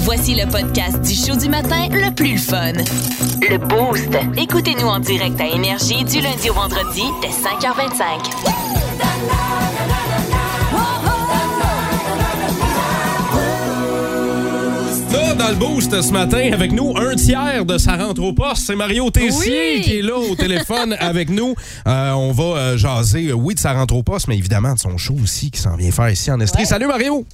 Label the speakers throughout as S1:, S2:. S1: Voici le podcast du show du matin le plus le fun. Le Boost. Écoutez-nous en direct à Énergie du lundi au vendredi dès 5h25.
S2: Là, dans le boost ce matin, avec nous, un tiers de sa rentre au poste, c'est Mario Tessier
S3: Oui.
S2: qui est là au téléphone avec nous. Euh, on va euh, jaser, euh, oui, de sa rentre au poste, mais évidemment de son show aussi qui s'en vient faire ici en Estrie. Salut Mario!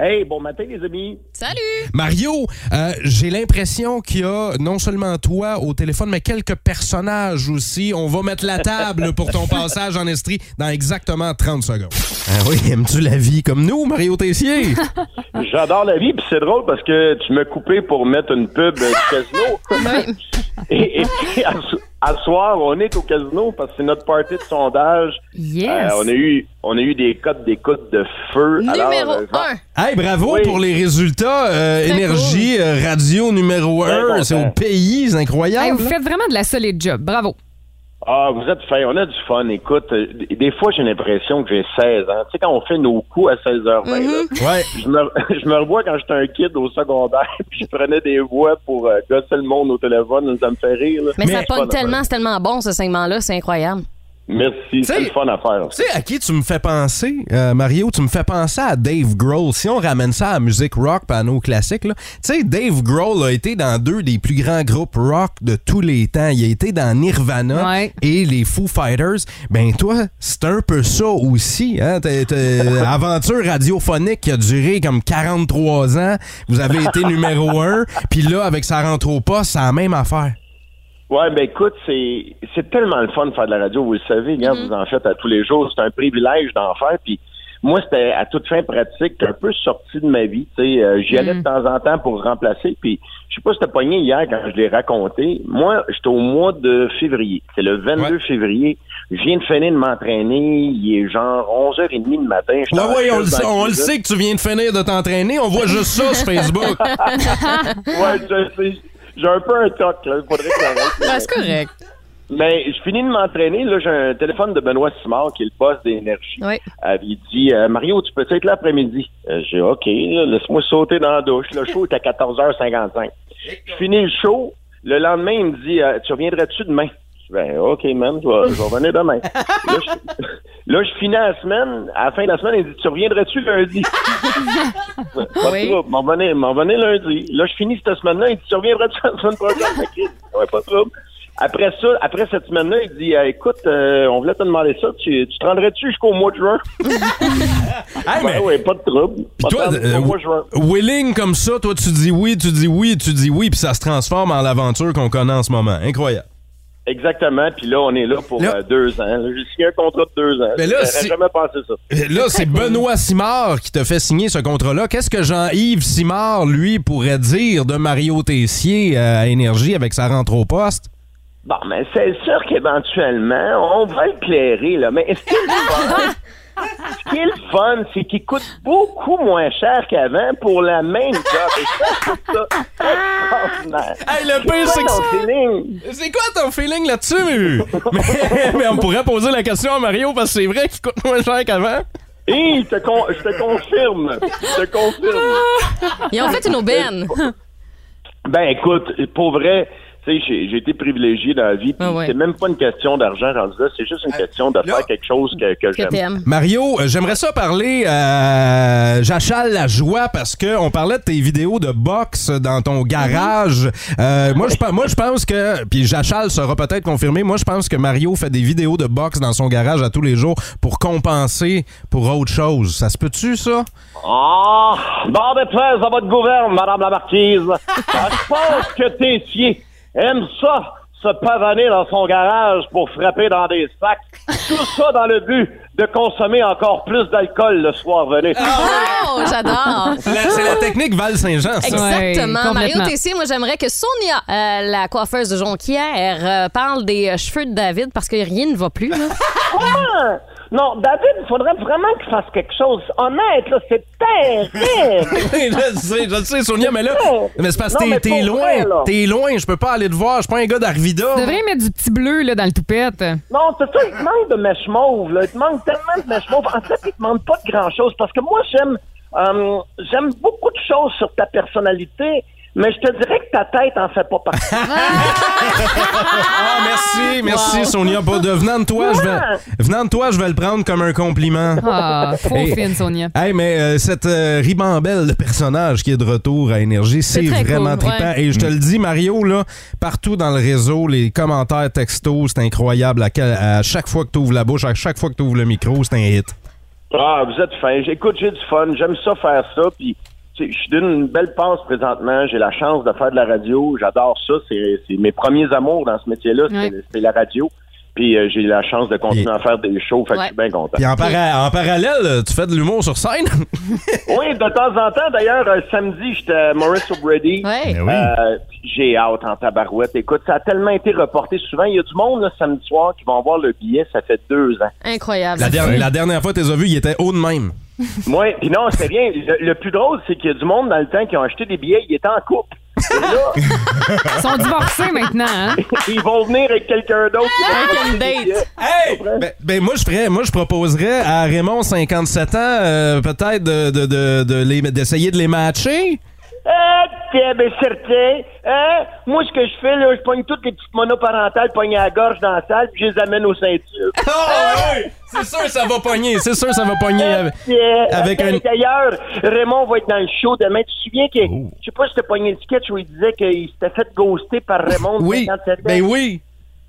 S4: Hey, bon matin, les amis.
S3: Salut!
S2: Mario, euh, j'ai l'impression qu'il y a non seulement toi au téléphone, mais quelques personnages aussi. On va mettre la table pour ton passage en Estrie dans exactement 30 secondes. Ah oui, aimes-tu la vie comme nous, Mario Tessier?
S4: J'adore la vie, puis c'est drôle parce que tu m'as coupé pour mettre une pub euh, du casino. et, et puis, à, so- à soir, on est au casino parce que c'est notre party de sondage.
S3: Yes!
S4: Euh, on, a eu, on a eu des codes d'écoute de feu.
S3: Numéro
S4: Alors, euh, Jean-
S3: 1.
S2: Hey, bravo
S4: Oui.
S2: pour les résultats. Euh,
S3: Très
S2: énergie, euh, radio numéro
S4: Très
S2: 1,
S4: content.
S2: c'est au pays, c'est incroyable.
S3: Euh, vous faites vraiment de la solide job. Bravo.
S4: Ah, vous êtes fin, on a du fun. Écoute, euh, d- des fois, j'ai l'impression que j'ai 16 ans. Tu sais, quand on fait nos coups à 16h20, là,
S5: Mm-hmm.
S2: Ouais.
S4: je, me, je me revois quand j'étais un kid au secondaire, puis je prenais des voix pour euh, gosser le monde au téléphone. Ça me fait rire. là.
S5: Mais, ça
S4: C'est
S5: pogne
S4: fun à faire.
S5: tellement, c'est tellement bon ce segment-là, c'est incroyable.
S4: Merci,
S2: sais-
S4: c'est le fun à faire.
S2: Tu sais, à qui tu me fais penser, euh, Mario? Tu me fais penser à Dave Grohl. Si on ramène ça à la musique rock pis à nos classiques, là, tu sais, Dave Grohl a été dans deux des plus grands groupes rock de tous les temps. Il a été dans Nirvana
S3: Ouais.
S2: et les Foo Fighters. Ben, toi, c'est un peu ça aussi. Hein? T'es- t'es- aventure radiophonique qui a duré comme 43 ans. Vous avez été numéro un. Puis là, avec ça rentre au pas, c'est la même affaire.
S4: Ouais, ben écoute, c'est c'est tellement le fun de faire de la radio, vous le savez, gars,
S2: Mhm.
S4: vous en faites à tous les jours, c'est un privilège d'en faire. Puis moi, c'était à toute fin pratique, un peu sorti de ma vie. Tu sais, euh, j'y
S2: Mhm.
S4: allais de temps en temps pour remplacer. Puis je sais pas si t'as pogné hier quand je l'ai raconté. Moi, j'étais au mois de février. C'est le 22
S2: Ouais.
S4: février. Je viens de finir de m'entraîner. Il est genre 11h30 le matin. J'étais
S2: Ouais,
S4: en
S2: Ah ouais, Ben on le
S4: dans
S2: sait- on le
S4: cuisine.
S2: sait que tu viens de finir de t'entraîner. On voit juste ça sur Facebook.
S4: Ouais, je sais. J'ai un peu un toc, là. Faudrait que j'arrête.
S3: Ben, c'est correct.
S4: Mais je finis de m'entraîner. Là, j'ai un téléphone de Benoît Simard, qui est le boss d'énergie.
S3: Oui.
S4: Euh, il dit euh, Mario, tu peux être là l'après-midi Euh, J'ai OK, là, laisse-moi sauter dans la douche. Le show est à 14h55. Je finis le show. Le lendemain, il me dit euh, Tu reviendras-tu demain Je dis, ben, OK, man, je vais je vais revenir demain. là, je, là, je finis la semaine. À la fin de la semaine, il me dit Tu reviendras-tu lundi Pas de
S3: Oui.
S4: trouble, m'en venez, m'en venez lundi. Là, je finis cette semaine-là. Il dit Tu reviendras-tu la semaine prochaine Ma kid? Ouais, pas de trouble. Après ça, après cette semaine-là, il dit euh, Écoute, euh, on voulait te demander ça. Tu, tu te rendrais-tu jusqu'au mois de juin
S2: Hey, mais-
S4: ben oui, pas de trouble.
S2: Puis toi,
S4: Pas de
S2: euh,
S4: trouble. Moi, je veux-
S2: willing comme ça, toi, tu dis oui, tu dis oui, tu dis oui, puis ça se transforme en l'aventure qu'on connaît en ce moment. Incroyable.
S4: Exactement. Puis là, on est là pour
S2: Là-
S4: euh, deux ans. là. J'ai signé un contrat de deux ans.
S2: Mais là,
S4: J'aurais
S2: si-
S4: jamais pensé ça.
S2: Et Là, c'est Benoît Simard qui te fait signer ce contrat-là. Qu'est-ce que Jean-Yves Simard, lui, pourrait dire de Mario Tessier euh, à Énergie avec sa rentre au poste?
S4: Bon, mais c'est sûr qu'éventuellement, on va éclairer, là. Mais est-ce que le fun? Ce qui est le fun, c'est qu'il coûte beaucoup moins cher qu'avant pour la même job. Et ça, c'est ça. Extraordinaire.
S2: Hey, le pire,
S4: C'est
S2: c'est que
S4: quoi ton feeling?
S2: C'est quoi ton feeling là-dessus? mais, mais on pourrait poser la question à Mario parce que c'est vrai qu'il coûte moins cher qu'avant.
S4: Hey, je te con- je te confirme. Je te confirme.
S5: Ils ont fait une aubaine.
S4: Ben écoute, pour vrai, tu sais, j'ai j'ai été privilégié dans la vie. puis
S5: Ah ouais.
S4: C'est même pas une question d'argent, rendu là, c'est juste une
S2: Euh,
S4: question de faire quelque chose que, que
S5: que
S4: j'aime.
S5: t'aimes.
S2: Mario, euh, j'aimerais ça parler à Jachal la joie parce que on parlait de tes vidéos de boxe dans ton garage. Euh, moi, je pe- moi je pense que puis Jachal sera peut-être confirmé. Moi je pense que Mario fait des vidéos de boxe dans son garage à tous les jours pour compenser pour autre chose. Ça se peut-tu ça
S4: Ah, bord de presse à votre gouverne, Madame la Marquise. Ah, Je pense que Tessier aime ça, se pavaner dans son garage pour frapper dans des sacs. Tout ça dans le but de consommer encore plus d'alcool le soir venu.
S5: Oh, j'adore!
S2: La- C'est la technique Val Saint-Jean. ça.
S5: Exactement.
S3: Ouais,
S5: Mario
S3: complètement.
S5: Tessier, moi, j'aimerais que Sonia, euh, la coiffeuse de Jonquière, euh, parle des euh, cheveux de David parce que rien ne va plus. là.
S4: Ah! Non, David, il faudrait vraiment qu'il fasse quelque chose. Honnête, là, c'est terrible.
S2: je le sais, je le sais, Sonia, mais là, mais c'est parce que
S4: Non,
S2: t'es-
S4: mais
S2: t'es
S4: pour vrai,
S2: loin,
S4: là.
S2: t'es loin, je peux pas aller te voir, je suis pas un gars d'Arvida.
S3: Tu devrais mettre du petit bleu là, dans le toupette.
S4: Non, c'est ça, il te manque de mèche mauve, là. Il te manque tellement de mèche mauve. En fait, il te manque pas de grand-chose parce que moi, j'aime Hum, J'aime beaucoup de choses sur ta personnalité, mais je te dirais que ta tête en fait pas partie.
S2: Ah, merci, merci, Sonia. Bon, de, venant, de toi, je vais, venant de toi, je vais le prendre comme un compliment.
S3: Ah, trop
S2: Hey.
S3: fine, Sonia.
S2: Hey, mais euh, cette euh, ribambelle de personnages qui est de retour à Énergie, c'est
S5: très
S2: vraiment
S5: cool,
S2: trippant. Et je te le dis, Mario, là, partout dans le réseau, les commentaires textos, c'est incroyable. À, quel- à chaque fois que tu ouvres la bouche, à chaque fois que tu ouvres le micro, c'est un hit.
S4: Ah, vous êtes fin. Écoute, j'ai du fun. J'aime ça faire ça. Puis, tu sais, je suis d'une belle passe présentement. J'ai la chance de faire de la radio. J'adore ça. C'est c'est mes premiers amours dans ce métier-là. C'est
S3: Ouais.
S4: c'est la radio. Puis, euh, j'ai la chance de continuer
S2: Et-
S4: à faire des shows. Fait que
S5: Ouais.
S4: je suis bien content.
S2: Puis en, para- en parallèle, tu fais de l'humour sur scène.
S4: Oui, de temps en temps, d'ailleurs, euh, samedi, j'étais à Maurice O'Brady.
S5: Ouais.
S2: Ben oui.
S4: Euh, j'ai hâte en tabarouette. Écoute, ça a tellement été reporté souvent. Il y a du monde, là, samedi soir, qui vont voir le billet. Ça fait deux ans.
S5: Incroyable.
S2: La, dernière- la dernière fois que tu les as vus, ils étaient haut de même.
S4: Moi, puis non, c'est rien. Le, le plus drôle, c'est qu'il y a du monde dans le temps qui ont acheté des billets. Ils étaient en couple. Et là,
S3: Ils sont divorcés maintenant, hein?
S4: ils vont venir avec quelqu'un d'autre. qui va
S5: Avec une
S4: acheter des
S5: date.
S4: billets.
S2: Hey! Ben, ben, moi, je ferais, moi, je proposerais à Raymond, 57 ans, euh, peut-être de- de- de- de les- d'essayer de, les matcher.
S4: Ah, t'es bien certain. Hein? Moi, ce que je fais, là, je pogne toutes les petites monoparentales pognées à la gorge dans la salle, puis je les amène au ceintures.
S2: Oh, ouais! C'est sûr, ça va pogner. C'est sûr, ça va pogner. avec-
S4: Avec
S2: Avec un-
S4: D'ailleurs, Raymond va être dans le show demain. Tu te souviens que,
S2: Oh.
S4: je sais pas si t'as pogné le sketch où il disait qu'il s'était fait ghoster par Raymond. de
S2: Oui.
S4: 57 ans.
S2: Ben oui.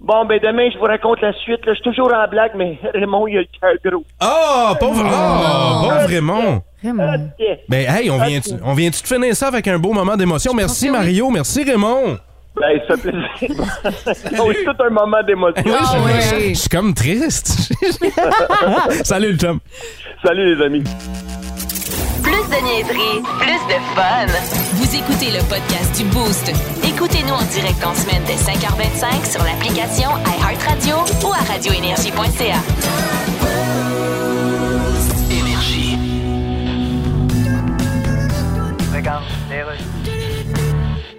S4: Bon, ben demain, je vous raconte la suite. là. Je suis toujours en blague, mais Raymond, il a le cœur gros.
S2: Oh, pauvre,
S3: Ah.
S2: oh, pauvre Raymond.
S4: Ah,
S3: Vraiment.
S4: tiens.
S2: Ben hey, on vient, on vient de finir ça avec un beau moment d'émotion. Merci Mario, merci Raymond.
S4: Ben, ça fait plaisir. Oh, c'est tout un moment d'émotion.
S3: Ah
S2: je,
S3: ouais.
S2: je- je suis comme triste. Salut le chum.
S4: Salut, les amis.
S1: Plus de niaiserie, plus de fun. Vous écoutez le podcast du Boost. Écoutez-nous en direct en semaine dès 5h25 sur l'application iHeartRadio ou à radioénergie.ca.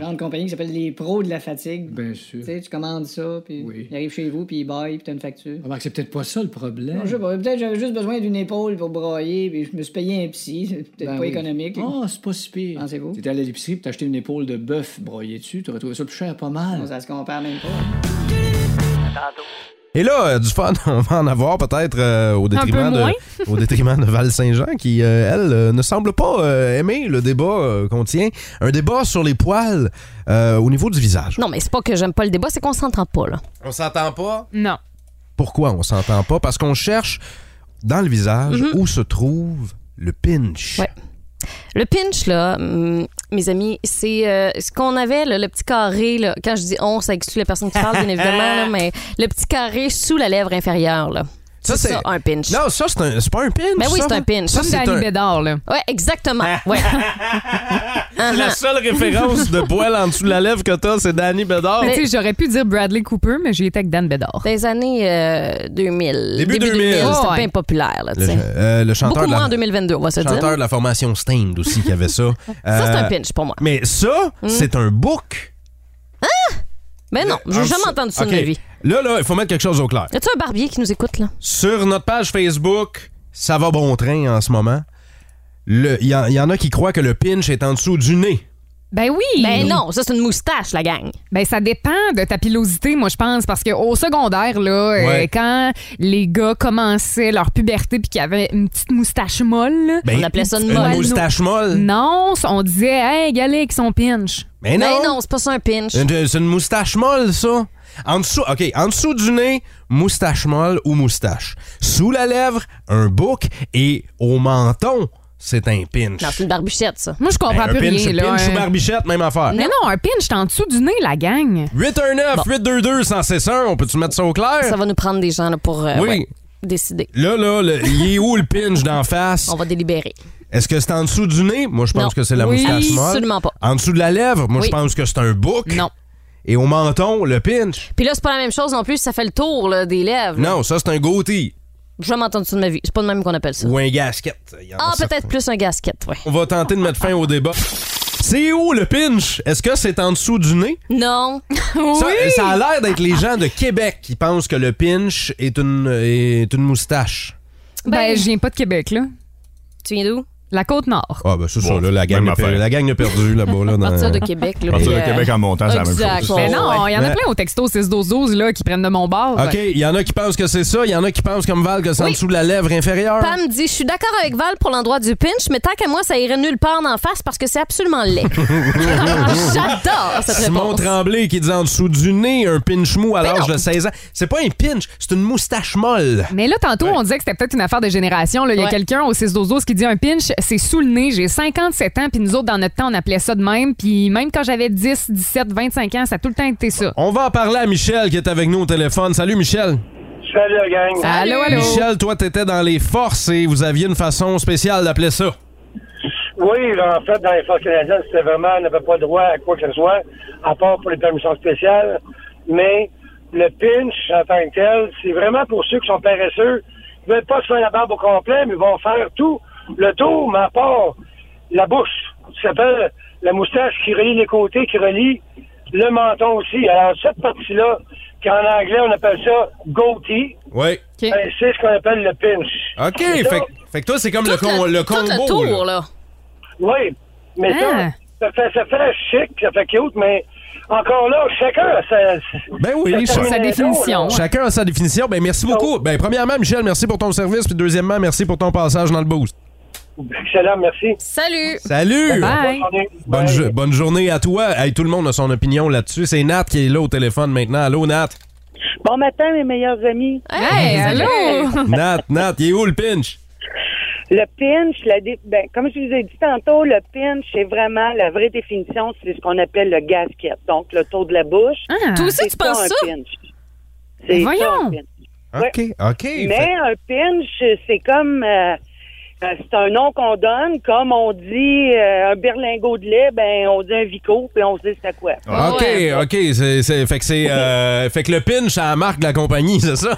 S6: Genre de compagnie qui s'appelle les pros de la fatigue.
S7: Bien
S6: Tu
S7: sûr.
S6: sais, tu commandes ça, puis
S7: Oui.
S6: il arrive chez vous, puis il baille, puis t'as une facture.
S7: Remarque, c'est peut-être pas ça le problème.
S6: Non, je sais pas, peut-être j'avais juste besoin d'une épaule pour broyer, puis je me suis payé un psy, c'est peut-être
S7: Ben
S6: pas
S7: oui.
S6: économique. là.
S7: Ah, c'est pas si pire.
S6: Pensez-vous?
S7: T'étais allé à l'épicerie pour t'acheter une épaule de bœuf broyée dessus. T'aurais trouvé ça plus cher, pas
S6: Non,
S7: mal.
S6: Ça se compare même pas.
S2: Et là, euh, du fun, on va en avoir peut-être euh, au
S3: peu
S2: détriment de,
S3: moins.
S2: au détriment de Val Saint-Jean, qui euh, elle euh, ne semble pas euh, aimer le débat euh, qu'on tient, un débat sur les poils euh, au niveau du visage.
S5: Non, mais c'est pas que j'aime pas le débat, c'est qu'on s'entend pas, là.
S2: On s'entend pas.
S3: Non.
S2: Pourquoi on s'entend pas Parce qu'on cherche dans le visage où se trouve le pinch.
S5: Mm-hmm. Ouais. Le pinch, là, hum, mes amis, c'est euh, ce qu'on avait, là, le petit carré, là, quand je dis on, ça exclut la personne qui parle, bien évidemment, là, mais le petit carré sous la lèvre inférieure, là.
S2: Ça, c'est-
S5: ça, un pinch.
S2: Non, ça c'est un- c'est pas un pinch.
S5: Mais oui,
S2: ça.
S5: c'est un pinch.
S2: Ça,
S3: Comme
S2: c'est
S3: Danny
S2: un- Ah.
S3: Bédard, là.
S5: Ouais, exactement. Ouais.
S2: c'est
S5: Uh-huh.
S2: la seule référence de poil en dessous de la lèvre que t'as, c'est Danny
S5: Oh.
S2: Bédard.
S3: Tu sais, j'aurais pu dire Bradley Cooper, mais j'ai été avec Dan Bédard.
S5: Dans les années euh, 2000.
S2: Début 2000.
S5: c'était
S3: Ouais.
S5: bien populaire, là, tu
S2: Le,
S5: sais.
S2: euh, le chanteur
S5: Beaucoup
S2: de la-
S5: moins en 2022, on va se le
S2: chanteur
S5: dire.
S2: de la formation Stained aussi qui avait ça.
S5: Ça, c'est
S2: Euh,
S5: un pinch pour moi.
S2: Mais ça, c'est un book.
S5: Mais Eh non, j'ai
S2: En
S5: jamais
S2: dessous-
S5: entendu ça
S2: Ah, OK.
S5: de ma vie.
S2: Là, là, il faut mettre quelque chose au clair.
S5: Y a-tu un barbier qui nous écoute, là?
S2: Sur notre page Facebook, ça va bon train en ce moment. Il y, en- y en a qui croient que le pinch est en dessous du nez.
S3: Ben oui!
S5: Ben non, ça, c'est une moustache, la gang.
S3: Ben, ça dépend de ta pilosité, moi, je pense. Parce qu'au secondaire, là, euh,
S2: Ouais.
S3: quand les gars commençaient leur puberté puis qu'ils avaient une petite moustache molle, là,
S2: Ben,
S5: On appelait ça une molle.
S2: moustache molle.
S3: non, on disait, hey, galé avec son pinch.
S2: Mais non.
S5: Ben non, c'est pas ça un pinch.
S2: Une- C'est une moustache molle, ça. En dessous, OK, en dessous du nez, moustache molle ou moustache. Sous la lèvre, un bouc et au menton, c'est un pinch.
S5: Non, c'est une barbichette, ça.
S3: Moi, je
S2: Ben,
S3: comprends
S2: un
S3: plus
S2: pinch,
S3: rien, là.
S2: pinch
S3: hein.
S2: ou barbichette, même affaire.
S3: Mais non, un pinch, t'es en dessous du nez, la gang.
S2: 819 822 161, on peut-tu mettre ça au clair?
S5: Ça va nous prendre des gens là, pour euh,
S2: Oui.
S5: ouais, décider.
S2: Là, là, le- il est où le pinch d'en face?
S5: On va délibérer.
S2: Est-ce que c'est en dessous du nez? Moi, je pense
S5: Non.
S2: que c'est la
S5: Oui,
S2: moustache molle.
S5: absolument pas.
S2: En dessous de la lèvre? Moi,
S5: Oui.
S2: je pense que c'est un bouc.
S5: Non.
S2: Et au menton, le pinch?
S5: Puis là, c'est pas la même chose non plus, ça fait le tour là, des lèvres. là.
S2: Non, ça, c'est un goatee
S5: J'ai jamais entendu ça de ma vie. C'est pas de même qu'on appelle ça.
S2: ou un gasket. Il y en a
S5: Ah,
S2: certains.
S5: peut-être plus un gasket, ouais.
S2: On va tenter de mettre fin au débat. C'est où le pinch? Est-ce que c'est en dessous du nez?
S5: Non.
S2: Ça, ça a l'air d'être les gens de Québec qui pensent que le pinch est une, est une moustache.
S3: Ben, je viens pas de Québec, là.
S5: Tu viens d'où?
S3: La Côte-Nord.
S2: Ah, ben c'est
S8: Bon,
S2: ça, là, la, gang
S8: même
S2: a per-
S8: affaire.
S2: la gang a perdu là-bas. Là, dans-
S5: Partir de Québec, là.
S8: Partir
S5: puis,
S8: de
S5: euh,
S8: Québec en montant, c'est la même
S5: exact,
S8: chose.
S5: ouais.
S3: Mais non, il y en a
S2: Ouais.
S3: plein au texto 6-12-12, là, qui prennent de mon bord.
S2: OK, il y en a qui pensent que c'est ça, il y en a qui pensent comme Val que c'est en
S5: Oui.
S2: dessous de la lèvre inférieure.
S5: Pam dit, je suis d'accord avec Val pour l'endroit du pinch, mais tant qu'à moi, ça irait nulle part en face parce que c'est absolument laid. J'adore cette
S2: Simon
S5: réponse.
S2: Tremblay qui dit en dessous du nez un pinch mou à
S5: Ben
S2: l'âge
S5: non.
S2: de 16 ans. C'est pas un pinch, c'est une moustache molle.
S3: Mais là, tantôt, on disait que c'était peut-être une affaire de génération. là. Il y a
S5: Ouais.
S3: quelqu'un au 6 12 qui dit un pinch, c'est sous le nez. J'ai 57 ans, puis nous autres, dans notre temps, on appelait ça de même. Puis même quand j'avais 10, 17, 25 ans, ça a tout le temps été ça.
S2: On va en parler à Michel qui est avec nous au téléphone. Salut Michel.
S4: Salut, la gang.
S3: Allô, allô.
S2: Michel, toi, t'étais dans les forces et vous aviez une façon spéciale d'appeler ça.
S4: Oui, en fait, dans les forces canadiennes, c'était vraiment, on n'avait pas droit à quoi que ce soit, à part pour les permissions spéciales. Mais le pinch, en tant que tel, c'est vraiment pour ceux qui sont paresseux, qui veulent pas se faire la barbe au complet, mais vont faire tout le tour, mais à part la bouche, qui s'appelle la moustache qui relie les côtés, qui relie le menton aussi. Alors, cette partie-là, qu'en anglais, on appelle ça goatee,
S2: Oui.
S4: ben, c'est ce qu'on appelle le pinch.
S2: OK,
S4: C'est
S2: fait,
S4: ça.
S2: que- fait que toi, c'est comme le,
S5: Tout
S2: con- le
S5: tout le
S2: combo.
S5: tour,
S2: là.
S5: là.
S4: Oui, mais
S3: Ah.
S4: ça, ça, fait, ça fait chic, ça fait cute, mais encore là, chacun a sa,
S2: Ben oui,
S4: sa
S2: cha-
S3: Sa
S4: terminaison,
S3: définition. hein.
S4: là.
S2: chacun a sa définition. Ben merci beaucoup. Ben premièrement, Michel, merci pour ton service. Puis deuxièmement, merci pour ton passage dans le boost.
S4: Excellent, merci.
S5: Salut.
S2: Salut!
S3: Bye.
S2: Bonne,
S4: Bye.
S2: jo- bonne journée à toi. Hey, tout le monde a son opinion là-dessus. C'est Nat qui est là au téléphone maintenant. Allô, Nat?
S9: Bon matin, mes meilleurs amis.
S5: Hey, allô.
S2: Nat, Nat, il est où le pinch?
S9: Le pinch, la dé- ben, comme je vous ai dit tantôt, le pinch, c'est vraiment la vraie définition, c'est ce qu'on appelle le gasket, donc le tour de la bouche.
S3: Ah.
S5: Tout ça,
S9: C'est
S5: tu penses
S9: un
S5: ça? Ben
S9: pinch. C'est ça,
S3: Voyons.
S9: un pinch.
S2: OK, OK. Fait-
S9: Mais un pinch, c'est comme... euh, euh, c'est un nom qu'on donne, comme on dit euh, un berlingot de lait, ben on dit un vico, puis on se dit c'est quoi.
S2: OK,
S5: Ah, Ouais.
S2: OK. c'est- c'est- fait, que c'est, euh, fait que le pinch, ça marque de la compagnie, c'est ça?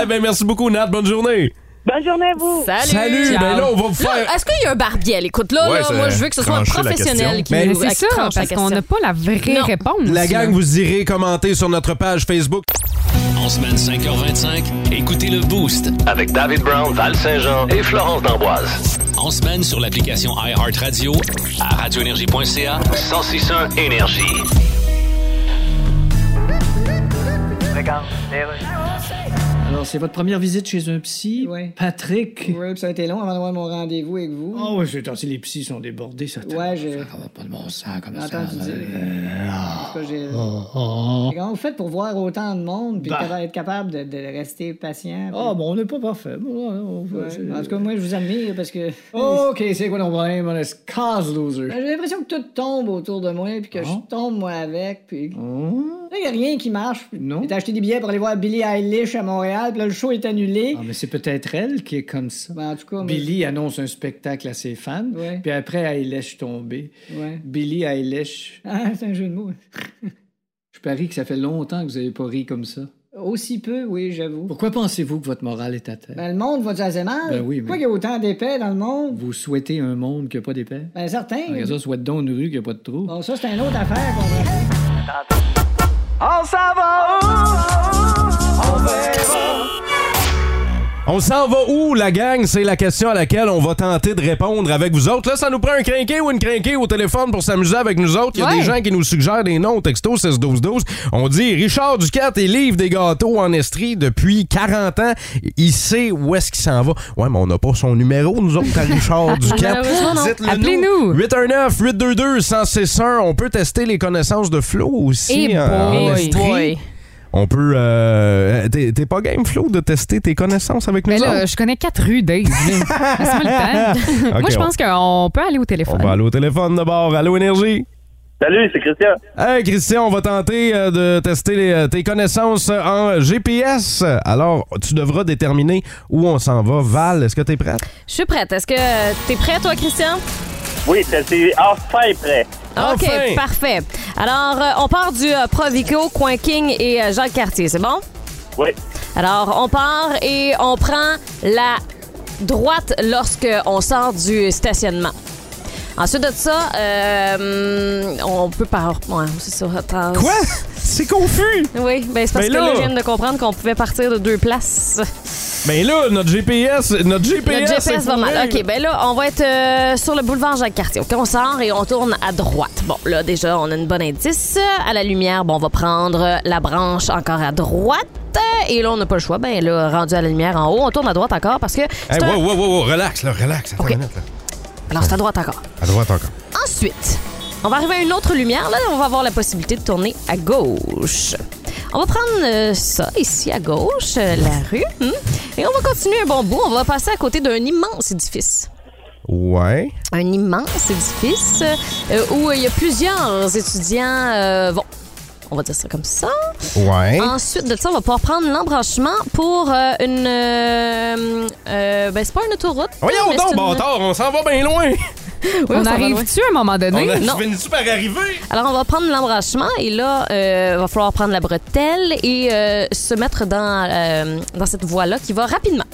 S2: Eh ben, merci beaucoup, Nat. Bonne journée.
S9: Bonne journée à vous!
S5: Salut.
S2: Salut. Ben là, on va vous
S5: Là,
S2: faire.
S5: Est-ce qu'il y a un barbier à l'écoute? Là,
S8: Ouais,
S5: là
S8: c'est
S5: moi, je veux que ce soit un
S8: trancher la
S5: professionnel
S8: question.
S5: qui
S2: Ben,
S3: Mais
S5: nous
S3: c'est ça,
S5: tranche la
S3: parce qu'on n'a
S5: question.
S3: pas euh, la vraie
S5: Non.
S3: réponse.
S2: La gang,
S3: là.
S2: vous irez commenter sur notre page Facebook.
S10: En semaine 5h25, écoutez le Boost.
S11: Avec David Brown, Val Saint-Jean et Florence d'Amboise.
S10: En semaine sur l'application iHeartRadio, à radioénergie.ca.
S11: 1061 Énergie.
S7: Alors, c'est votre première visite chez un psy?
S6: Ouais.
S7: Patrick?
S6: Ouais, puis ça a été long avant d'avoir mon rendez-vous avec vous.
S7: Oh, oui, c'est si les psys sont débordés, ça
S6: Ouais, je-
S7: Ça va pas de bon sens comme
S6: J'ai
S7: ça.
S6: entendu dire.
S2: Ah.
S6: En tout cas, j'ai-
S7: Oh, oh.
S6: Comment vous faites pour voir autant de monde puis
S7: Bah.
S6: capa- être capable de, de rester patient? puis-
S7: Ah, bon, on n'est pas parfait. Bon, on- on-
S6: Ouais. En tout cas, moi, je vous admire parce que
S7: OK, c'est quoi ton problème? On est cause loser.
S6: j'ai l'impression que tout tombe autour de moi puis que
S7: Ah.
S6: je tombe moi avec. Puis... Là, il n'y a rien qui marche.
S7: Non.
S6: J'ai acheté des billets pour aller voir Billie Eilish à Montréal puis là, le show est annulé.
S7: Ah, mais c'est peut-être elle qui est comme ça.
S6: Ben, en tout cas, moi-
S7: Billy annonce un spectacle à ses fans,
S6: Ouais.
S7: puis après, Eilish tombée.
S6: Ouais.
S7: Billy Eilish,
S6: Ah, c'est un jeu de mots.
S7: je parie que ça fait longtemps que vous n'avez pas ri comme ça.
S6: Aussi peu, oui, j'avoue.
S7: Pourquoi pensez-vous que votre morale est à terre?
S6: Ben, le monde va-tu assez mal?
S7: Ben oui, mais-
S6: Pourquoi il y a autant d'épais dans le monde?
S7: Vous souhaitez un monde qui n'a pas d'épais?
S6: Ben, certain.
S7: Regarde ça, souhaite donc une rue qui n'a pas de trou.
S6: Bon, ça, c'est une autre affaire qu'on va-
S2: On s'en va où, la gang? C'est la question à laquelle on va tenter de répondre avec vous autres. Là, ça nous prend un crinqué ou une crinquée au téléphone pour s'amuser avec nous autres. Il y a
S3: Ouais.
S2: des gens qui nous suggèrent des noms au texto 16-12-12. On dit Richard Ducat est livre des gâteaux en Estrie depuis 40 ans. Il sait où est-ce qu'il s'en va. Ouais, mais on n'a pas son numéro, nous autres, à Richard Ducat.
S5: Malheureusement, non.
S2: Dites-le
S3: Appelez-nous.
S2: 819-822-1061. On peut tester les connaissances de Flo aussi.
S3: Eh
S2: en- en
S3: boy.
S2: Estrie. On peut. euh, T'es t'es pas game, Flo, de tester tes connaissances avec nous
S3: Mais là,
S2: autres?
S3: je connais quatre rues, Dave. Laisse-moi le temps.
S2: Ok,
S3: Moi, je
S2: on-
S3: pense qu'on peut aller au
S2: On
S3: téléphone.
S2: va aller au téléphone d'abord. Allô, Énergie?
S8: Salut, c'est Christian.
S2: Hey Christian, on va tenter euh, de tester les, euh, tes connaissances en GPS. Alors, tu devras déterminer où on s'en va. Val, est-ce que t'es prête?
S5: Je suis prête. Est-ce que euh, t'es prêt, toi, Christian?
S8: Oui, ça, c'est enfin prêt.
S5: OK,
S8: Enfin.
S5: parfait. Alors, euh, on part du euh, Provico, Coin King et euh, Jacques Cartier, c'est bon?
S8: Oui.
S5: Alors, on part et on prend la droite lorsque on sort du stationnement. Ensuite de ça, euh, on peut par... Ouais, c'est ça. attends.
S2: Quoi? C'est confus!
S5: Oui, ben c'est parce
S2: Mais
S5: que là,
S2: là-
S5: je viens de comprendre qu'on pouvait partir de deux places.
S2: Mais là, notre GPS, notre GPS,
S5: Le
S2: c'est
S5: GPS va
S2: pourri.
S5: mal. OK, ben là, on va être euh, sur le boulevard Jacques-Cartier. OK, on sort et on tourne à droite. Bon, là, déjà, on a une bonne indice. À la lumière, bon, on va prendre la branche encore à droite. Et là, on n'a pas le choix. Ben là, rendu à la lumière en haut, on tourne à droite encore parce que c'est
S2: Hey,
S5: un-
S2: wow, wow, wow, wow, relax, là, relax. Attends une minute, là.
S5: Alors, c'est à droite encore.
S2: À droite encore.
S5: Ensuite, on va arriver à une autre lumière. Là, on va avoir la possibilité de tourner à gauche. On va prendre euh, ça ici à gauche, euh, la rue. hmm. Et on va continuer un bon bout. On va passer à côté d'un immense édifice.
S2: Ouais.
S5: Un immense édifice euh, où euh, il y a plusieurs étudiants. euh, vont. on va dire ça comme ça.
S2: Ouais.
S5: Ensuite de ça, on va pouvoir prendre l'embranchement pour euh, une. euh, euh, ben, c'est pas une autoroute.
S2: Voyons
S5: mais
S2: donc,
S5: c'est une-
S2: bâtard, on s'en va bien loin.
S5: Oui,
S3: on
S5: ça va
S3: arrive-tu à un moment donné?
S2: On a
S5: non.
S2: finis-tu par arriver?
S5: Alors, on va prendre l'embranchement et là, euh, va falloir prendre la bretelle et euh, se mettre dans, euh, dans cette voie-là qui va rapidement.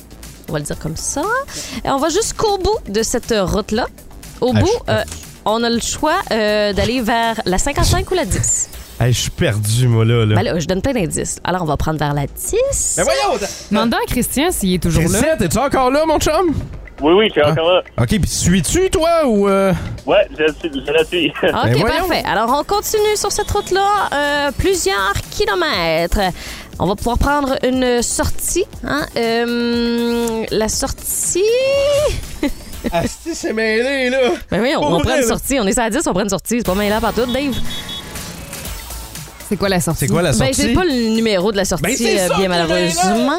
S5: On va le dire comme ça. Et on va jusqu'au bout de cette route-là. Au
S2: Ah,
S5: bout,
S2: je-
S5: euh, on a le choix euh, d'aller vers la 55 ou la 10.
S2: Hey, je suis perdu, moi, là. là.
S5: Ben là, je donne plein d'indices. Alors, on va prendre vers la 10.
S3: Ben
S2: Mais voyons!
S3: Demande-en à Christian s'il est toujours là.
S2: Christian, es-tu encore là, mon chum? Ah.
S8: Oui, oui, je suis encore là.
S2: OK, puis suis-tu, toi, ou... euh? Ben
S8: Ouais, je, suis- je la suis.
S5: OK, parfait. Alors, on continue sur cette route-là euh, plusieurs kilomètres. On va pouvoir prendre une sortie. hein, euh, la sortie.
S2: Asti, c'est mêlé, là.
S5: Ben oui, on,
S2: Pour
S5: on
S2: vrai,
S5: prend une
S2: là.
S5: sortie. On est à 10, on prend une sortie. C'est pas mal là partout, Dave.
S3: C'est quoi la sortie?
S2: C'est quoi la
S5: Ben,
S2: sortie?
S5: j'ai pas le numéro de la sortie,
S2: Ben, c'est
S5: euh,
S2: ça,
S5: bien
S2: putain, là.
S5: malheureusement.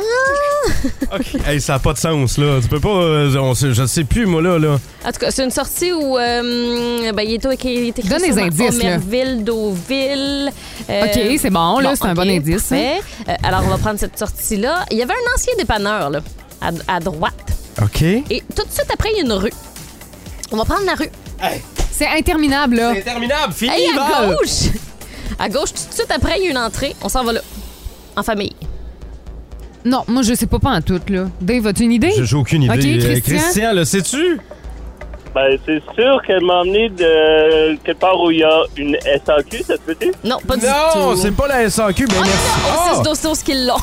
S2: Hey, ça n'a pas de sens, là. Tu peux pas... euh, on sait- je ne sais plus, moi, là. là.
S5: En tout cas, c'est une sortie où euh, ben, il est écrit- il est écrit
S3: Donne des
S5: sûrement
S3: indices, là.
S5: Homerville, Deauville. euh,
S3: OK, c'est bon, là, c'est un bon indice, hein.
S5: parfait. Euh, alors, on va prendre cette sortie-là. Il y avait un ancien dépanneur, là, à, à droite.
S2: OK.
S5: Et tout de suite après, il y a une rue. On va prendre la rue.
S3: C'est interminable, là.
S2: C'est interminable, fini,
S5: Hey, à
S2: Val.
S5: gauche! À gauche, tout de suite après, il y a une entrée. On s'en va là. En famille.
S3: Non, moi, je sais pas pas en tout, là. Dave, as-tu une idée?
S2: J'ai- J'ai aucune idée.
S3: OK,
S2: Euh,
S3: Christian.
S2: Christian, le sais-tu?
S8: Ben, c'est sûr qu'elle m'a emmené de quelque part où il y a une SAQ, ça se peut-tu?
S5: Non, pas du tout.
S2: Non, c'est pas la SAQ. Ben, merci.
S5: Oh,
S2: Ah!
S5: c'est dos qu'ils l'ont.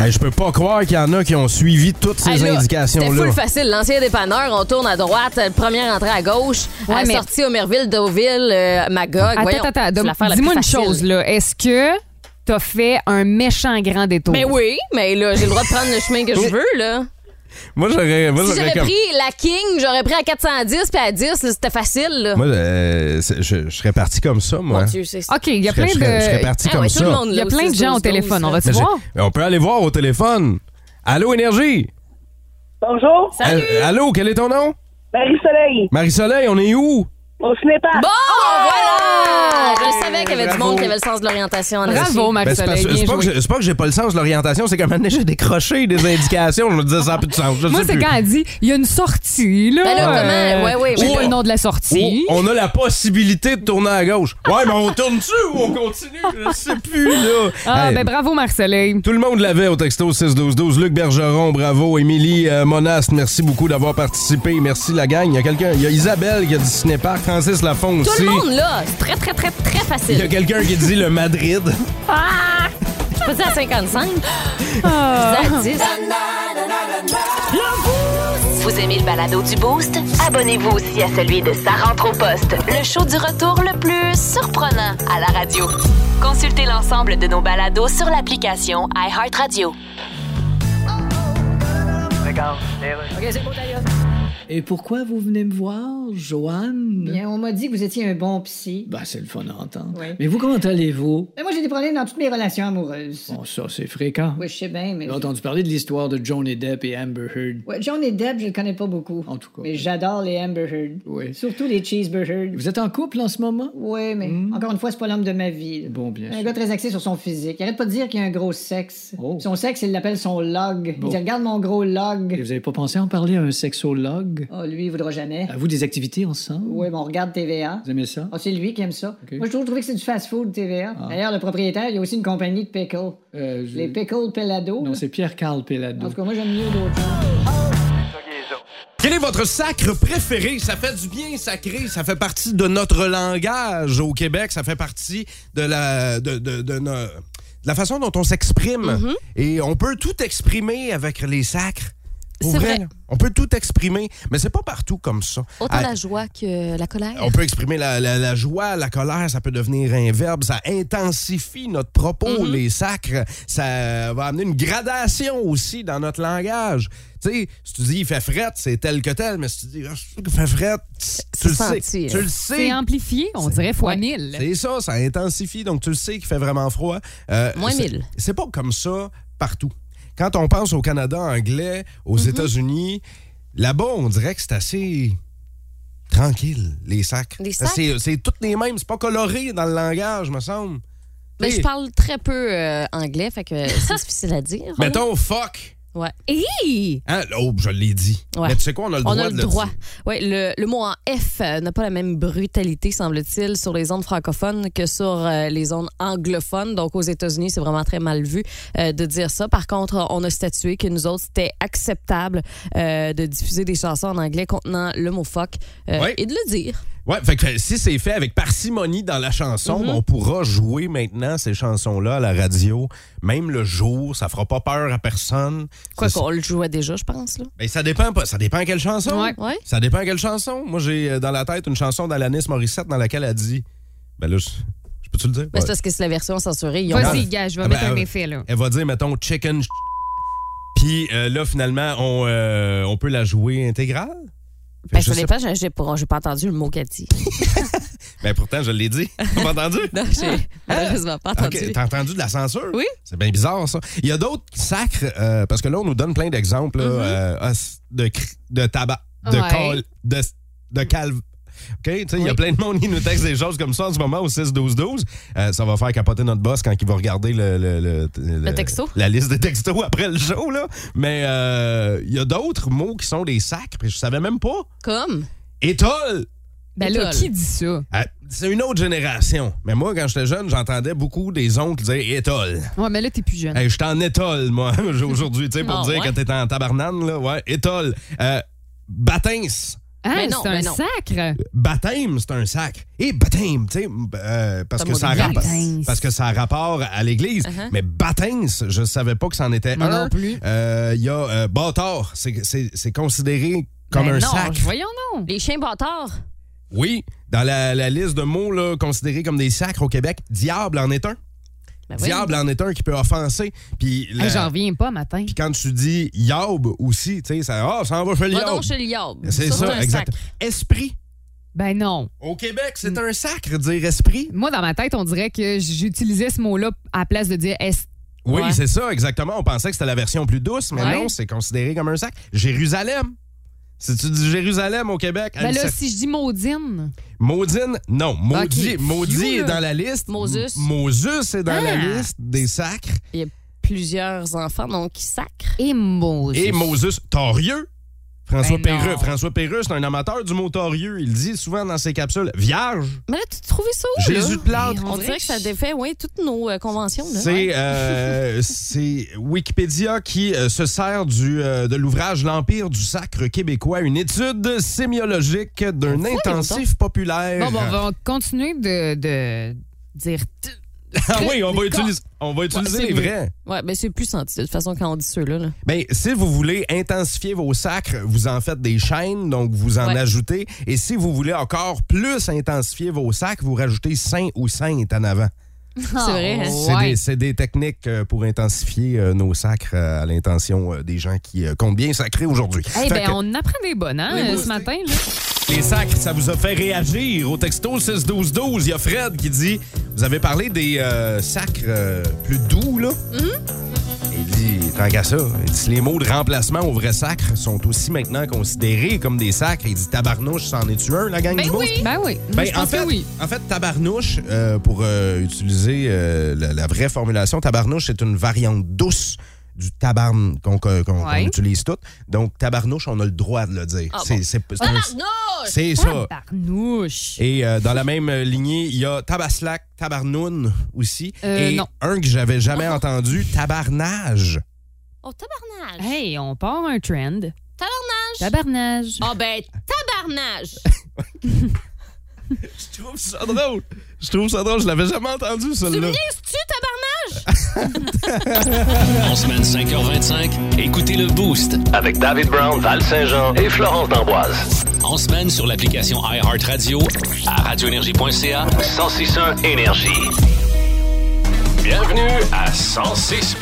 S2: Hey, je peux pas croire qu'il y en a qui ont suivi toutes ces
S5: Hey, Ah, là, C'était
S2: indications-là.
S5: full facile. L'ancien dépanneur, on tourne à droite, euh, première entrée à gauche,
S3: Ouais,
S5: à la
S3: mais-
S5: sortie Homerville, Deauville, euh, Magog. Voyons,
S3: Attends, attends,
S5: c'est l'affaire
S3: attends.
S5: la
S3: Dis-moi
S5: plus
S3: une
S5: facile.
S3: chose, là. Est-ce que t'as fait un méchant grand détour?
S5: Mais Ben oui, mais là, j'ai le droit de prendre le chemin que je veux, là.
S2: Moi, j'aurais... Moi,
S5: si
S2: j'aurais
S5: j'aurais
S2: comme-
S5: pris la King, j'aurais pris à 410 puis à 10, là, c'était facile, là.
S2: Moi, euh, c'est- je, je serais parti comme ça, moi.
S5: Mon Dieu, c'est ça.
S3: OK, il y a
S2: Je
S3: plein
S2: serais-
S3: de.
S2: je serais- je serais parti
S5: Ah
S2: comme
S5: ouais, tout
S2: ça.
S5: le monde,
S3: Il y a
S5: là,
S3: plein de
S5: aussi,
S3: gens au
S5: 12,
S3: téléphone. On
S5: là.
S3: va-tu
S2: Mais j'ai-
S3: voir?
S2: mais on peut aller voir au téléphone. Allô, Énergie?
S9: Bonjour,
S5: Salut!
S2: Al- Allô, quel est ton nom?
S9: Marie-Soleil,
S2: Marie-Soleil, on est où?
S9: au cinépark.
S5: Bon,
S12: Ah!
S5: voilà! Je le savais qu'il y avait du
S2: Bravo.
S5: monde qui avait le sens de l'orientation. en esti.
S3: Bravo,
S2: Ben, c'est parce-
S3: Marie-Soleil.
S2: c'est
S3: bien
S2: pas, que
S3: joué.
S2: j'ai- c'est pas que j'ai pas le sens de l'orientation, c'est qu'à un moment donné, j'ai décroché des indications. Je me disais, ça n'a plus de sens. Je
S3: Moi,
S2: sais
S3: c'est
S2: plus.
S3: quand elle dit il y a une sortie, là.
S5: Ben là, comment?
S3: Euh,
S5: Ouais, ouais,
S3: J'ai
S5: ouais.
S3: pas le nom de la sortie.
S2: Ou Oh, on a la possibilité de tourner à gauche. Ouais, mais on tourne dessus ou on continue? Je sais plus, là.
S3: Ah,
S2: Hey,
S3: ben bravo, Marie-Soleil.
S2: Tout le monde l'avait au texto 6-12-12. Luc Bergeron, bravo. Émilie euh, Monast, merci beaucoup d'avoir participé. Merci la gang. Il y a quelqu'un, il y a Isabelle qui a dit Cinépark, Francis Lafont
S5: Tout
S2: aussi.
S5: le monde, là, c'est très, très, très, très
S2: Il y a
S5: facile.
S2: quelqu'un qui dit le Madrid.
S5: Ah! Je suis pas à 55.
S2: Ah!
S5: Je suis à 10.
S1: Vous aimez le balado du Boost? Abonnez-vous aussi à celui de Sa rentre au poste, le show du retour le plus surprenant à la radio. Consultez l'ensemble de nos balados sur l'application iHeartRadio.
S7: Et pourquoi vous venez me voir, Joanne?
S6: Bien, on m'a dit que vous étiez un bon psy.
S7: Ben, c'est le fun à entendre.
S6: Oui.
S7: Mais vous, comment allez-vous?
S6: Mais moi, j'ai des problèmes dans toutes mes relations amoureuses.
S7: Bon, ça, c'est fréquent.
S6: Oui, je sais bien, mais.
S7: J'ai entendu parler de l'histoire de Johnny Depp et Amber Heard.
S6: Ouais, Johnny Depp, je le connais pas beaucoup.
S7: En tout cas.
S6: Mais j'adore les Amber Heard.
S7: Oui.
S6: Surtout les Cheeseburgers.
S7: Vous êtes en couple en ce moment? Hmm?
S6: Oui, mais encore une fois, c'est pas l'homme de ma vie. là.
S7: Bon, bien
S6: Un
S7: sûr.
S6: gars très axé sur son physique. Il arrête pas de dire qu'il a un gros sexe.
S7: Oh.
S6: Son sexe, il l'appelle son log.
S7: Bon.
S6: Il dit Regarde mon gros
S7: Et
S6: log.
S7: vous avez pas pensé en parler à un sexologue?
S6: Ah, lui, il voudra jamais.
S7: À vous des activités ensemble?
S6: Oui, mais on regarde TVA.
S7: Vous aimez ça?
S6: Ah, c'est lui qui aime ça.
S7: Ok. Ah.
S6: Moi, je trouve trouvé que c'est du fast-food, TVA. D'ailleurs, le propriétaire, il y a aussi une compagnie de pickles.
S7: Euh, je-
S6: Les pickles Pelado.
S7: Non, c'est Pierre-Carl Pelado.
S6: En tout cas, moi, j'aime mieux d'autres choses.
S2: Quel est votre sacre préféré? Ça fait du bien sacré, ça fait partie de notre langage au Québec, ça fait partie de la, de, de- de no- de la façon dont on s'exprime. Et on peut tout exprimer avec les sacres. Pour
S13: C'est vrai.
S2: là, On peut tout exprimer, mais c'est pas partout comme ça.
S13: Autant
S2: À-
S13: la joie que la colère.
S2: on peut exprimer la, la- la joie, la colère, ça peut devenir un verbe, ça intensifie notre propos, les sacres, ça va amener une gradation aussi dans notre langage. Tu sais, si tu dis il fait fret, c'est tel que tel, mais si tu dis Ah, c'est sûr qu'il fait fret, tu le sais. Tu le sais.
S3: C'est amplifié, on dirait fois mille.
S2: C'est ça, ça intensifie, donc tu le sais qu'il fait vraiment froid. Euh,
S3: Moins
S2: c'est-
S3: mille.
S2: C'est pas comme ça partout. Quand on pense au Canada anglais, aux
S3: Mhm.
S2: États-Unis, là-bas, on dirait que c'est assez tranquille, les sacs.
S13: Les sacs?
S2: C'est, c'est toutes les mêmes, c'est pas coloré dans le langage, me semble.
S13: Mais
S2: T'sais,
S13: je parle très peu euh, anglais, fait que c'est difficile à dire. hein.
S2: Mettons fuck.
S13: Ouais. Hi!
S2: Hein, l'aube, je l'ai dit.
S13: Ouais.
S2: Mais tu sais quoi, on a le droit
S13: On a
S2: de
S13: le
S2: le
S13: droit.
S2: dire.
S13: Ouais, le, le mot en F euh, n'a pas la même brutalité, semble-t-il, sur les zones francophones que sur euh, les zones anglophones. Donc, aux États-Unis, c'est vraiment très mal vu euh, de dire ça. Par contre, on a statué que nous autres, c'était acceptable euh, de diffuser des chansons en anglais contenant le mot fuck euh,
S2: Ouais.
S13: et de le dire.
S2: Ouais, fait que euh, si c'est fait avec parcimonie dans la chanson,
S13: Mhm.
S2: on pourra jouer maintenant ces chansons-là à la radio, même le jour, ça fera pas peur à personne.
S13: Quoi
S2: Ça-
S13: qu'on le jouait déjà, je pense. Là.
S2: Ben, ça dépend pas. Ça dépend quelle chanson.
S13: Ouais. Ouais.
S2: Ça dépend quelle chanson. Moi, j'ai euh, dans la tête une chanson d'Alanis Morissette dans laquelle elle dit. Ben là, je, je peux-tu le dire?
S13: Mais
S2: Ouais.
S13: c'est parce que c'est la version censurée. Ils ont-
S3: Vas-y, gars, je vais
S2: Ah,
S3: mettre
S2: ben,
S3: un
S2: euh,
S3: effet, là.
S2: Elle va dire, mettons, chicken. sh- Puis euh, là, finalement, on, euh, on peut la jouer intégrale. Fait
S13: Ben,
S2: que je
S13: je
S2: sais
S13: l'ai pas, j'ai- j'ai pas, j'ai pas entendu le mot qu'elle dit.
S2: Ben, pourtant, je l'ai dit. T'as pas entendu?
S13: Non, j'ai
S3: Ah!
S13: malheureusement pas entendu.
S2: Ok, T'as entendu de la censure?
S13: Oui.
S2: C'est bien bizarre, ça. Il y a d'autres sacres, euh, parce que là, on nous donne plein d'exemples là, euh, ah, de, cr- de tabac, de
S13: Ouais.
S2: col, de, de calve. OK? Tu sais, Il y a plein de monde qui nous texte des choses comme ça en ce moment au 6-12-12. Euh, ça va faire capoter notre boss quand il va regarder le, le- le- le-
S13: texto.
S2: la liste de textos après le show. Là. Mais euh, il y a d'autres mots qui sont des sacres, puis je savais même pas.
S13: Comme?
S2: Étole!
S3: Ben là, qui dit ça?
S2: Euh, C'est une autre génération. Mais moi, quand j'étais jeune, j'entendais beaucoup des oncles dire étole.
S3: Ouais, mais là, t'es plus jeune.
S2: Hey, je suis en étole, moi, aujourd'hui, tu sais, pour
S3: Ah,
S2: dire
S3: ouais?
S2: que t'es en tabarnane, là, ouais, étole. Euh, baptême.
S3: Ah,
S2: Ben
S13: Mais non,
S3: c'est
S13: mais
S3: un
S13: non.
S3: sacre.
S2: Baptême, c'est un sac. Et baptême, tu sais, euh, parce,
S13: Pas
S2: que
S13: le
S2: ça
S13: mot
S2: a
S13: de
S2: rapport-
S13: baptême.
S2: parce que ça a rapport à l'Église.
S13: Uh-huh.
S2: Mais baptême, je savais pas que c'en était
S3: Moi
S2: un.
S3: non plus.
S2: Euh, Il y a euh, bâtard, c'est- c'est c'est considéré comme
S3: Ben
S2: un
S3: non,
S2: sac.
S3: voyons non.
S13: Les chiens bâtards.
S2: Oui, dans la, la liste de mots là, considérés comme des sacres au Québec, diable en est un.
S13: Ben voyons.
S2: Diable en est un qui peut offenser. Puis la-
S3: Hey, J'en reviens hein. pas, matin.
S2: puis quand tu dis yaub aussi, tu sais, ça, ah, ça en va faire
S13: Va
S2: yaub.
S13: donc chez le Yob.
S2: C'est ça,
S13: un
S2: exact.
S13: sac.
S2: Esprit.
S3: Ben non. Mm.
S2: Au Québec, c'est un sacre dire esprit.
S3: Moi, dans ma tête, on dirait que j'utilisais ce mot-là à la place de dire est.
S2: Oui,
S13: Ouais.
S2: c'est ça, exactement. On pensait que c'était la version plus douce, mais
S3: Ouais.
S2: non, c'est considéré comme un sacre. Jérusalem. Si tu dis Jérusalem au Québec,
S3: Ben
S2: elle
S3: là,
S2: sait-
S3: si je dis maudine.
S2: Maudine, non. Maudit,
S13: Ok,
S2: Maudit
S13: fiou,
S2: est
S13: là.
S2: dans la liste.
S13: Moses.
S2: M- Moses est dans
S3: Ah.
S2: la liste des sacres.
S13: Plusieurs enfants, donc, qui sacrent.
S3: Et Moses.
S2: Et Moses Torieux. François
S3: Ben non.
S2: Perreux. François Perreux, c'est un amateur du mot Torieux. Il dit souvent dans ses capsules Vierge,
S3: Ah
S13: Mais là, tu trouvais ça où, là?
S2: Jésus de Plâtre.
S13: On dirait que ça défait, oui, toutes nos euh, conventions. là.
S2: C'est
S13: Ouais.
S2: euh, c'est Wikipédia qui euh, se sert du, euh, de l'ouvrage L'Empire du sacre québécois, une étude sémiologique d'un intensif populaire.
S3: Bon, bon, on va continuer de, de dire. t-
S2: ah oui, on va
S3: Des
S2: utiliser, on va utiliser
S13: c'est
S2: les
S13: vrai.
S2: vrais.
S13: Ouais, mais c'est plus senti, de toute façon, quand on dit ceux-là. là.
S2: Ben, si vous voulez intensifier vos sacres, vous en faites des chaînes, donc vous en
S13: Ouais.
S2: ajoutez. Et si vous voulez encore plus intensifier vos sacres, vous rajoutez saint ou sainte en avant.
S13: C'est vrai, hein?
S2: C'est Oh. des- c'est des, techniques euh, pour intensifier euh, nos sacres euh, à l'intention euh, des gens qui euh, comptent bien sacrer aujourd'hui.
S3: Eh
S2: Fait
S13: ben,
S3: bien,
S2: que-
S3: on apprend des bonnes, hein,
S2: Oui,
S3: euh,
S2: moi
S3: ce
S2: aussi.
S3: matin. là.
S2: Les sacres, ça vous a fait réagir. Au texto 6-12-12, il y a Fred qui dit Vous avez parlé des euh, sacres euh, plus doux, là Il dit Tant qu'à ça, il dit, si les mots de remplacement au vrai sacre sont aussi maintenant considérés comme des sacres, il dit Tabarnouche, c'en est-tu un, la gang
S3: Ben
S2: du Boost?
S3: oui. Ben oui.
S2: Ben,
S3: Je
S2: en,
S3: pense que
S2: fait,
S3: oui.
S2: en fait, tabarnouche, euh, pour euh, utiliser euh, la, la vraie formulation, tabarnouche, c'est une variante douce du tabarn qu'on qu'on- qu'on- qu'on
S5: Ouais.
S2: utilise toutes. Donc, tabarnouche, on a le droit de le dire.
S5: Ah,
S2: C'est-
S5: bon.
S2: c'est- c'est un-
S5: Tabarnouche!
S2: C'est ça.
S3: Tabarnouche.
S2: Et euh, dans la même euh, lignée, il y a tabaslac, tabarnoun aussi.
S3: Euh,
S2: et
S3: non.
S2: un que j'avais jamais entendu, tabarnage.
S5: Oh, tabarnage!
S3: Hey, on part un trend.
S5: Tabarnage!
S3: Tabarnage.
S5: Ah ben, tabarnage!
S2: Je trouve ça drôle. Je trouve ça drôle. Je l'avais jamais entendu,
S5: tu me
S2: celle-là.
S5: niaises-tu, tabarnage?
S10: En semaine 5h25, écoutez le Boost.
S11: Avec David Brown, Val Saint-Jean et Florence D'Amboise.
S10: En semaine sur l'application iHeartRadio, à radioénergie.ca.
S11: 1061 Énergie. Bienvenue à 106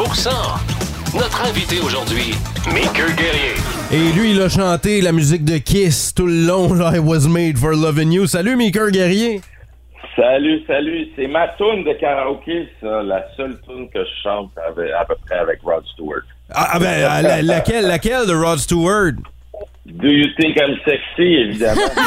S11: Notre invité aujourd'hui, Mickey Guerrier.
S2: Et lui, il a chanté la musique de Kiss tout le long. là, I was made for loving you. Salut, Mickey Guerrier.
S12: Salut, salut. C'est ma tune de karaoké, ça. La seule tune que je chante avec- à peu près avec Rod Stewart.
S2: Ah, ah ben, euh, la- laquelle, laquelle de Rod Stewart?
S12: Do you think I'm sexy, évidemment.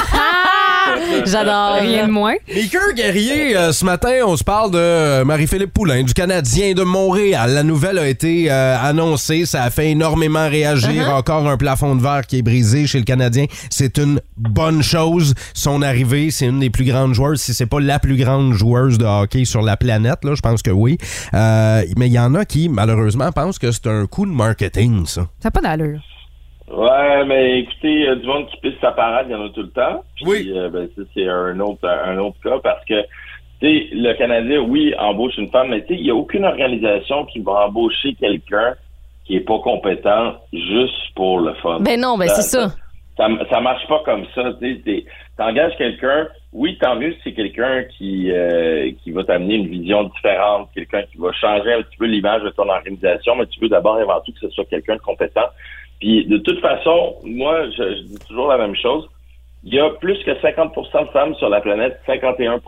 S5: Ah! J'adore.
S3: Rien de moins.
S2: Mickey Guerrier, euh, ce matin, on se parle de euh, Marie-Philippe Poulain, du Canadien de Montréal. La nouvelle a été euh, annoncée, ça a fait énormément réagir.
S3: Uh-huh.
S2: Encore un plafond de verre qui est brisé chez le Canadien. C'est une bonne chose. Son arrivée, c'est une des plus grandes joueuses, si c'est pas la plus grande joueuse de hockey sur la planète, là, je pense que oui. Euh, mais il y en a qui, malheureusement, pensent que c'est un coup de marketing, ça.
S3: Ça n'a pas d'allure.
S12: ouais, mais écoutez, euh, du monde qui pisse sa parade, il y en a tout le temps. oui. ben, ça, c'est un autre, un autre cas parce que, tu sais, le Canadien, oui, embauche une femme, mais tu sais, il n'y a aucune organisation qui va embaucher quelqu'un qui n'est pas compétent juste pour le fun.
S5: Ben non, ben
S12: Ça-
S5: c'est ça.
S12: ça, ça marche pas comme ça. Tu sais, t'es- t'engages quelqu'un, oui, tant mieux si c'est quelqu'un qui euh, qui va t'amener une vision différente, quelqu'un qui va changer un petit peu l'image de ton organisation, mais tu veux d'abord avant tout que ce soit quelqu'un de compétent. Puis de toute façon, moi, je, je dis toujours la même chose. Il y a plus que 50% de femmes sur la planète, 51%.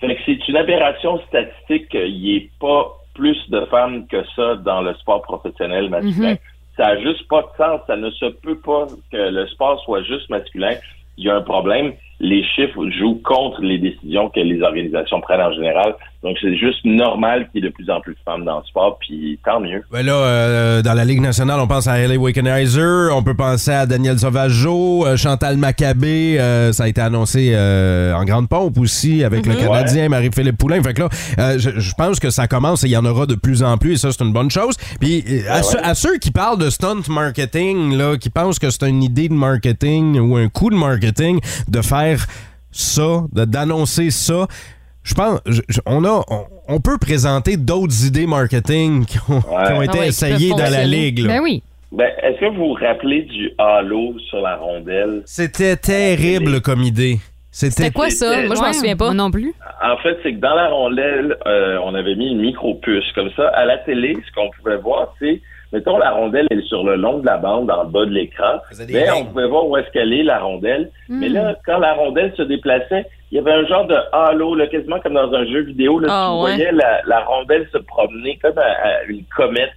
S12: Fait que c'est une aberration statistique qu'il n'y ait pas plus de femmes que ça dans le sport professionnel
S11: Mm-hmm.
S12: masculin.
S14: Mhm.
S12: Ça n'a juste pas de sens. Ça ne se peut pas que le sport soit juste masculin. Il y a un problème. Les chiffres jouent contre les décisions que les organisations prennent en général. Donc, c'est juste normal qu'il y ait de plus en plus de femmes dans le sport, puis tant mieux.
S2: Ben là, euh, dans la Ligue nationale, on pense à L.A. Wickenheiser, on peut penser à Daniel Sauvageau, euh, Chantal Maccabé, euh, ça a été annoncé euh, en grande pompe aussi avec le
S12: Mhm.
S2: Canadien Marie-Philippe Poulin. Fait que là, euh, je, je pense que ça commence et il y en aura de plus en plus et ça, c'est une bonne chose. Puis euh, à,
S12: Ben Ouais,
S2: ceux-
S12: ouais.
S2: à ceux qui parlent de stunt marketing, là, qui pensent que c'est une idée de marketing ou un coup de marketing de faire ça, de- d'annoncer ça, je pense, je- je- on, a, on, on peut présenter d'autres idées marketing qui ont, Ah qui
S12: Ah
S2: ont été essayées dans la ligue. là.
S3: oui.
S12: Ben, est-ce que vous vous rappelez du halo sur la rondelle?
S2: C'était terrible comme idée. C'était
S12: Ouais.
S3: pas. Moi non plus.
S12: En fait, c'est que dans la rondelle, euh, on avait mis une micro-puce. Comme ça, à la télé, ce qu'on pouvait voir, c'est, mettons, la rondelle, elle est sur le long de la bande, en bas de l'écran.
S2: faisait des
S12: Mais on
S2: lignes.
S12: pouvait voir où est-ce qu'elle est, la rondelle.
S2: Mm.
S12: Mais là, quand la rondelle se déplaçait, il y avait un genre de halo, là, quasiment comme dans un jeu vidéo. Là,
S2: Ah,
S12: tu
S2: ouais.
S12: voyais la, la rondelle se promener comme à- à une comète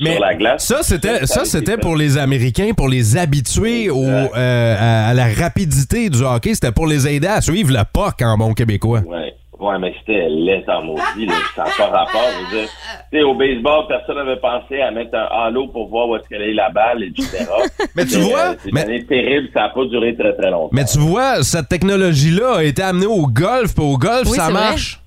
S2: Mais
S12: sur la glace.
S2: ça, c'était,
S12: Ça,
S2: ça,
S12: ça a été
S2: c'était
S12: fait.
S2: pour les Américains, pour les habituer au, euh, à, à la rapidité du hockey. C'était pour les aider à suivre le puck en bon québécois.
S12: Ouais. Ouais, mais c'était laid en maudit, là. Ça n'a pas rapport. Je veux dire, tu sais, au baseball, personne n'avait pensé à mettre un halo pour voir où est-ce qu'elle est la balle, etc. mais tu vois. C'est une année terrible, ça n'a pas duré très, très longtemps.
S2: Mais tu vois, cette technologie-là a été amenée au golf, puis au golf,
S12: Oui,
S2: ça
S12: c'est vrai.
S2: marche.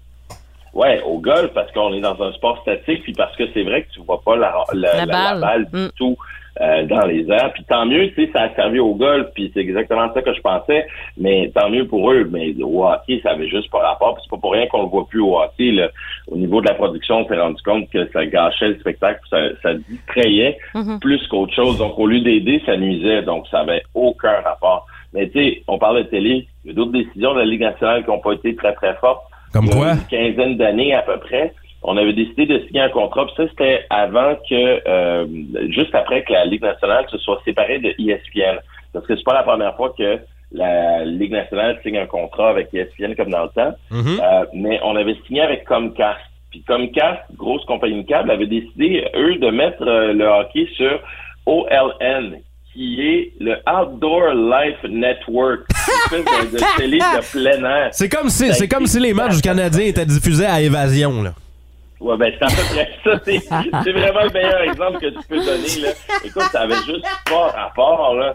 S12: Ouais, au golf, parce qu'on est dans un sport statique, puis parce que c'est vrai que tu vois pas la, la- la- la
S2: La balle.
S12: balle du tout euh, dans les airs. Puis tant mieux, tu sais, ça a servi au golf, puis c'est exactement ça que je pensais. Mais tant mieux pour eux. Mais au hockey, ça avait juste pas rapport. Puis c'est pas pour rien qu'on le voit plus au hockey. là. Au niveau de la production, on s'est rendu compte que ça gâchait le spectacle, ça, ça distrayait
S15: Mhm.
S12: plus qu'autre chose. Donc, au lieu d'aider, ça nuisait. Donc, ça avait aucun rapport. Mais tu sais, on parle de télé. Il y a d'autres décisions de la Ligue nationale qui n'ont pas été très, très fortes.
S2: Comme
S12: il y a
S2: quoi?
S12: Une quinzaine d'années à peu près. On avait décidé de signer un contrat. Puis ça, c'était avant que, euh, juste après que la Ligue nationale se soit séparée de E ESPN. Parce que c'est pas la première fois que la Ligue nationale signe un contrat avec E ESPN comme dans le temps.
S2: Mm-hmm.
S12: Euh, mais on avait signé avec Comcast. Puis Comcast, grosse compagnie de câble, avait décidé, eux, de mettre euh, le hockey sur OLN, qui est le Outdoor Life Network, une espèce de, de télé de plein air.
S2: C'est comme si, c'est comme si les matchs du Canadien étaient diffusés à évasion, là.
S12: Ouais, ben, c'est à peu près ça. C'est c'est vraiment le meilleur exemple que tu peux donner, là. Écoute, ça avait juste pas rapport, là.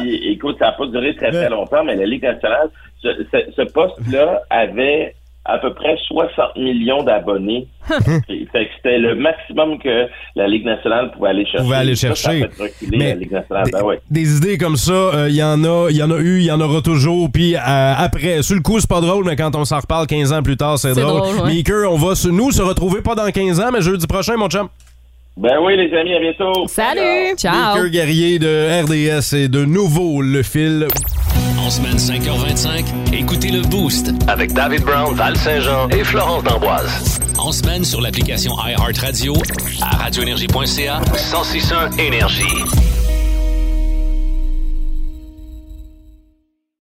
S12: Puis, écoute, ça n'a pas duré très, très longtemps, mais la Ligue nationale, ce, ce- ce poste-là avait à peu près 60 millions d'abonnés. Fait que c'était le maximum que la Ligue nationale pouvait aller chercher.
S2: Pouvait aller
S12: Ça, ça a
S2: chercher.
S12: fait reculer
S2: Mais
S12: la Ligue nationale. Ben ouais.
S2: Des idées comme ça, euh, il y en a, il y en a eu, il y en aura toujours. Puis euh, après, sur le coup, c'est pas drôle, mais quand on s'en reparle 15 ans plus tard, c'est
S12: C'est
S2: drôle.
S12: drôle, ouais.
S2: Meeker, on va se, nous se retrouver pas dans 15 ans, mais jeudi prochain, mon chum.
S12: Ben oui, les amis, à bientôt.
S5: Salut!
S2: Meeker Guerrier de RDS et de nouveau le fil.
S10: En semaine 5h25, écoutez le Boost.
S11: Avec David Brown, Val Saint-Jean et Florence D'Amboise.
S10: En semaine sur l'application iHeartRadio, à radioénergie.ca.
S11: 1061 Énergie.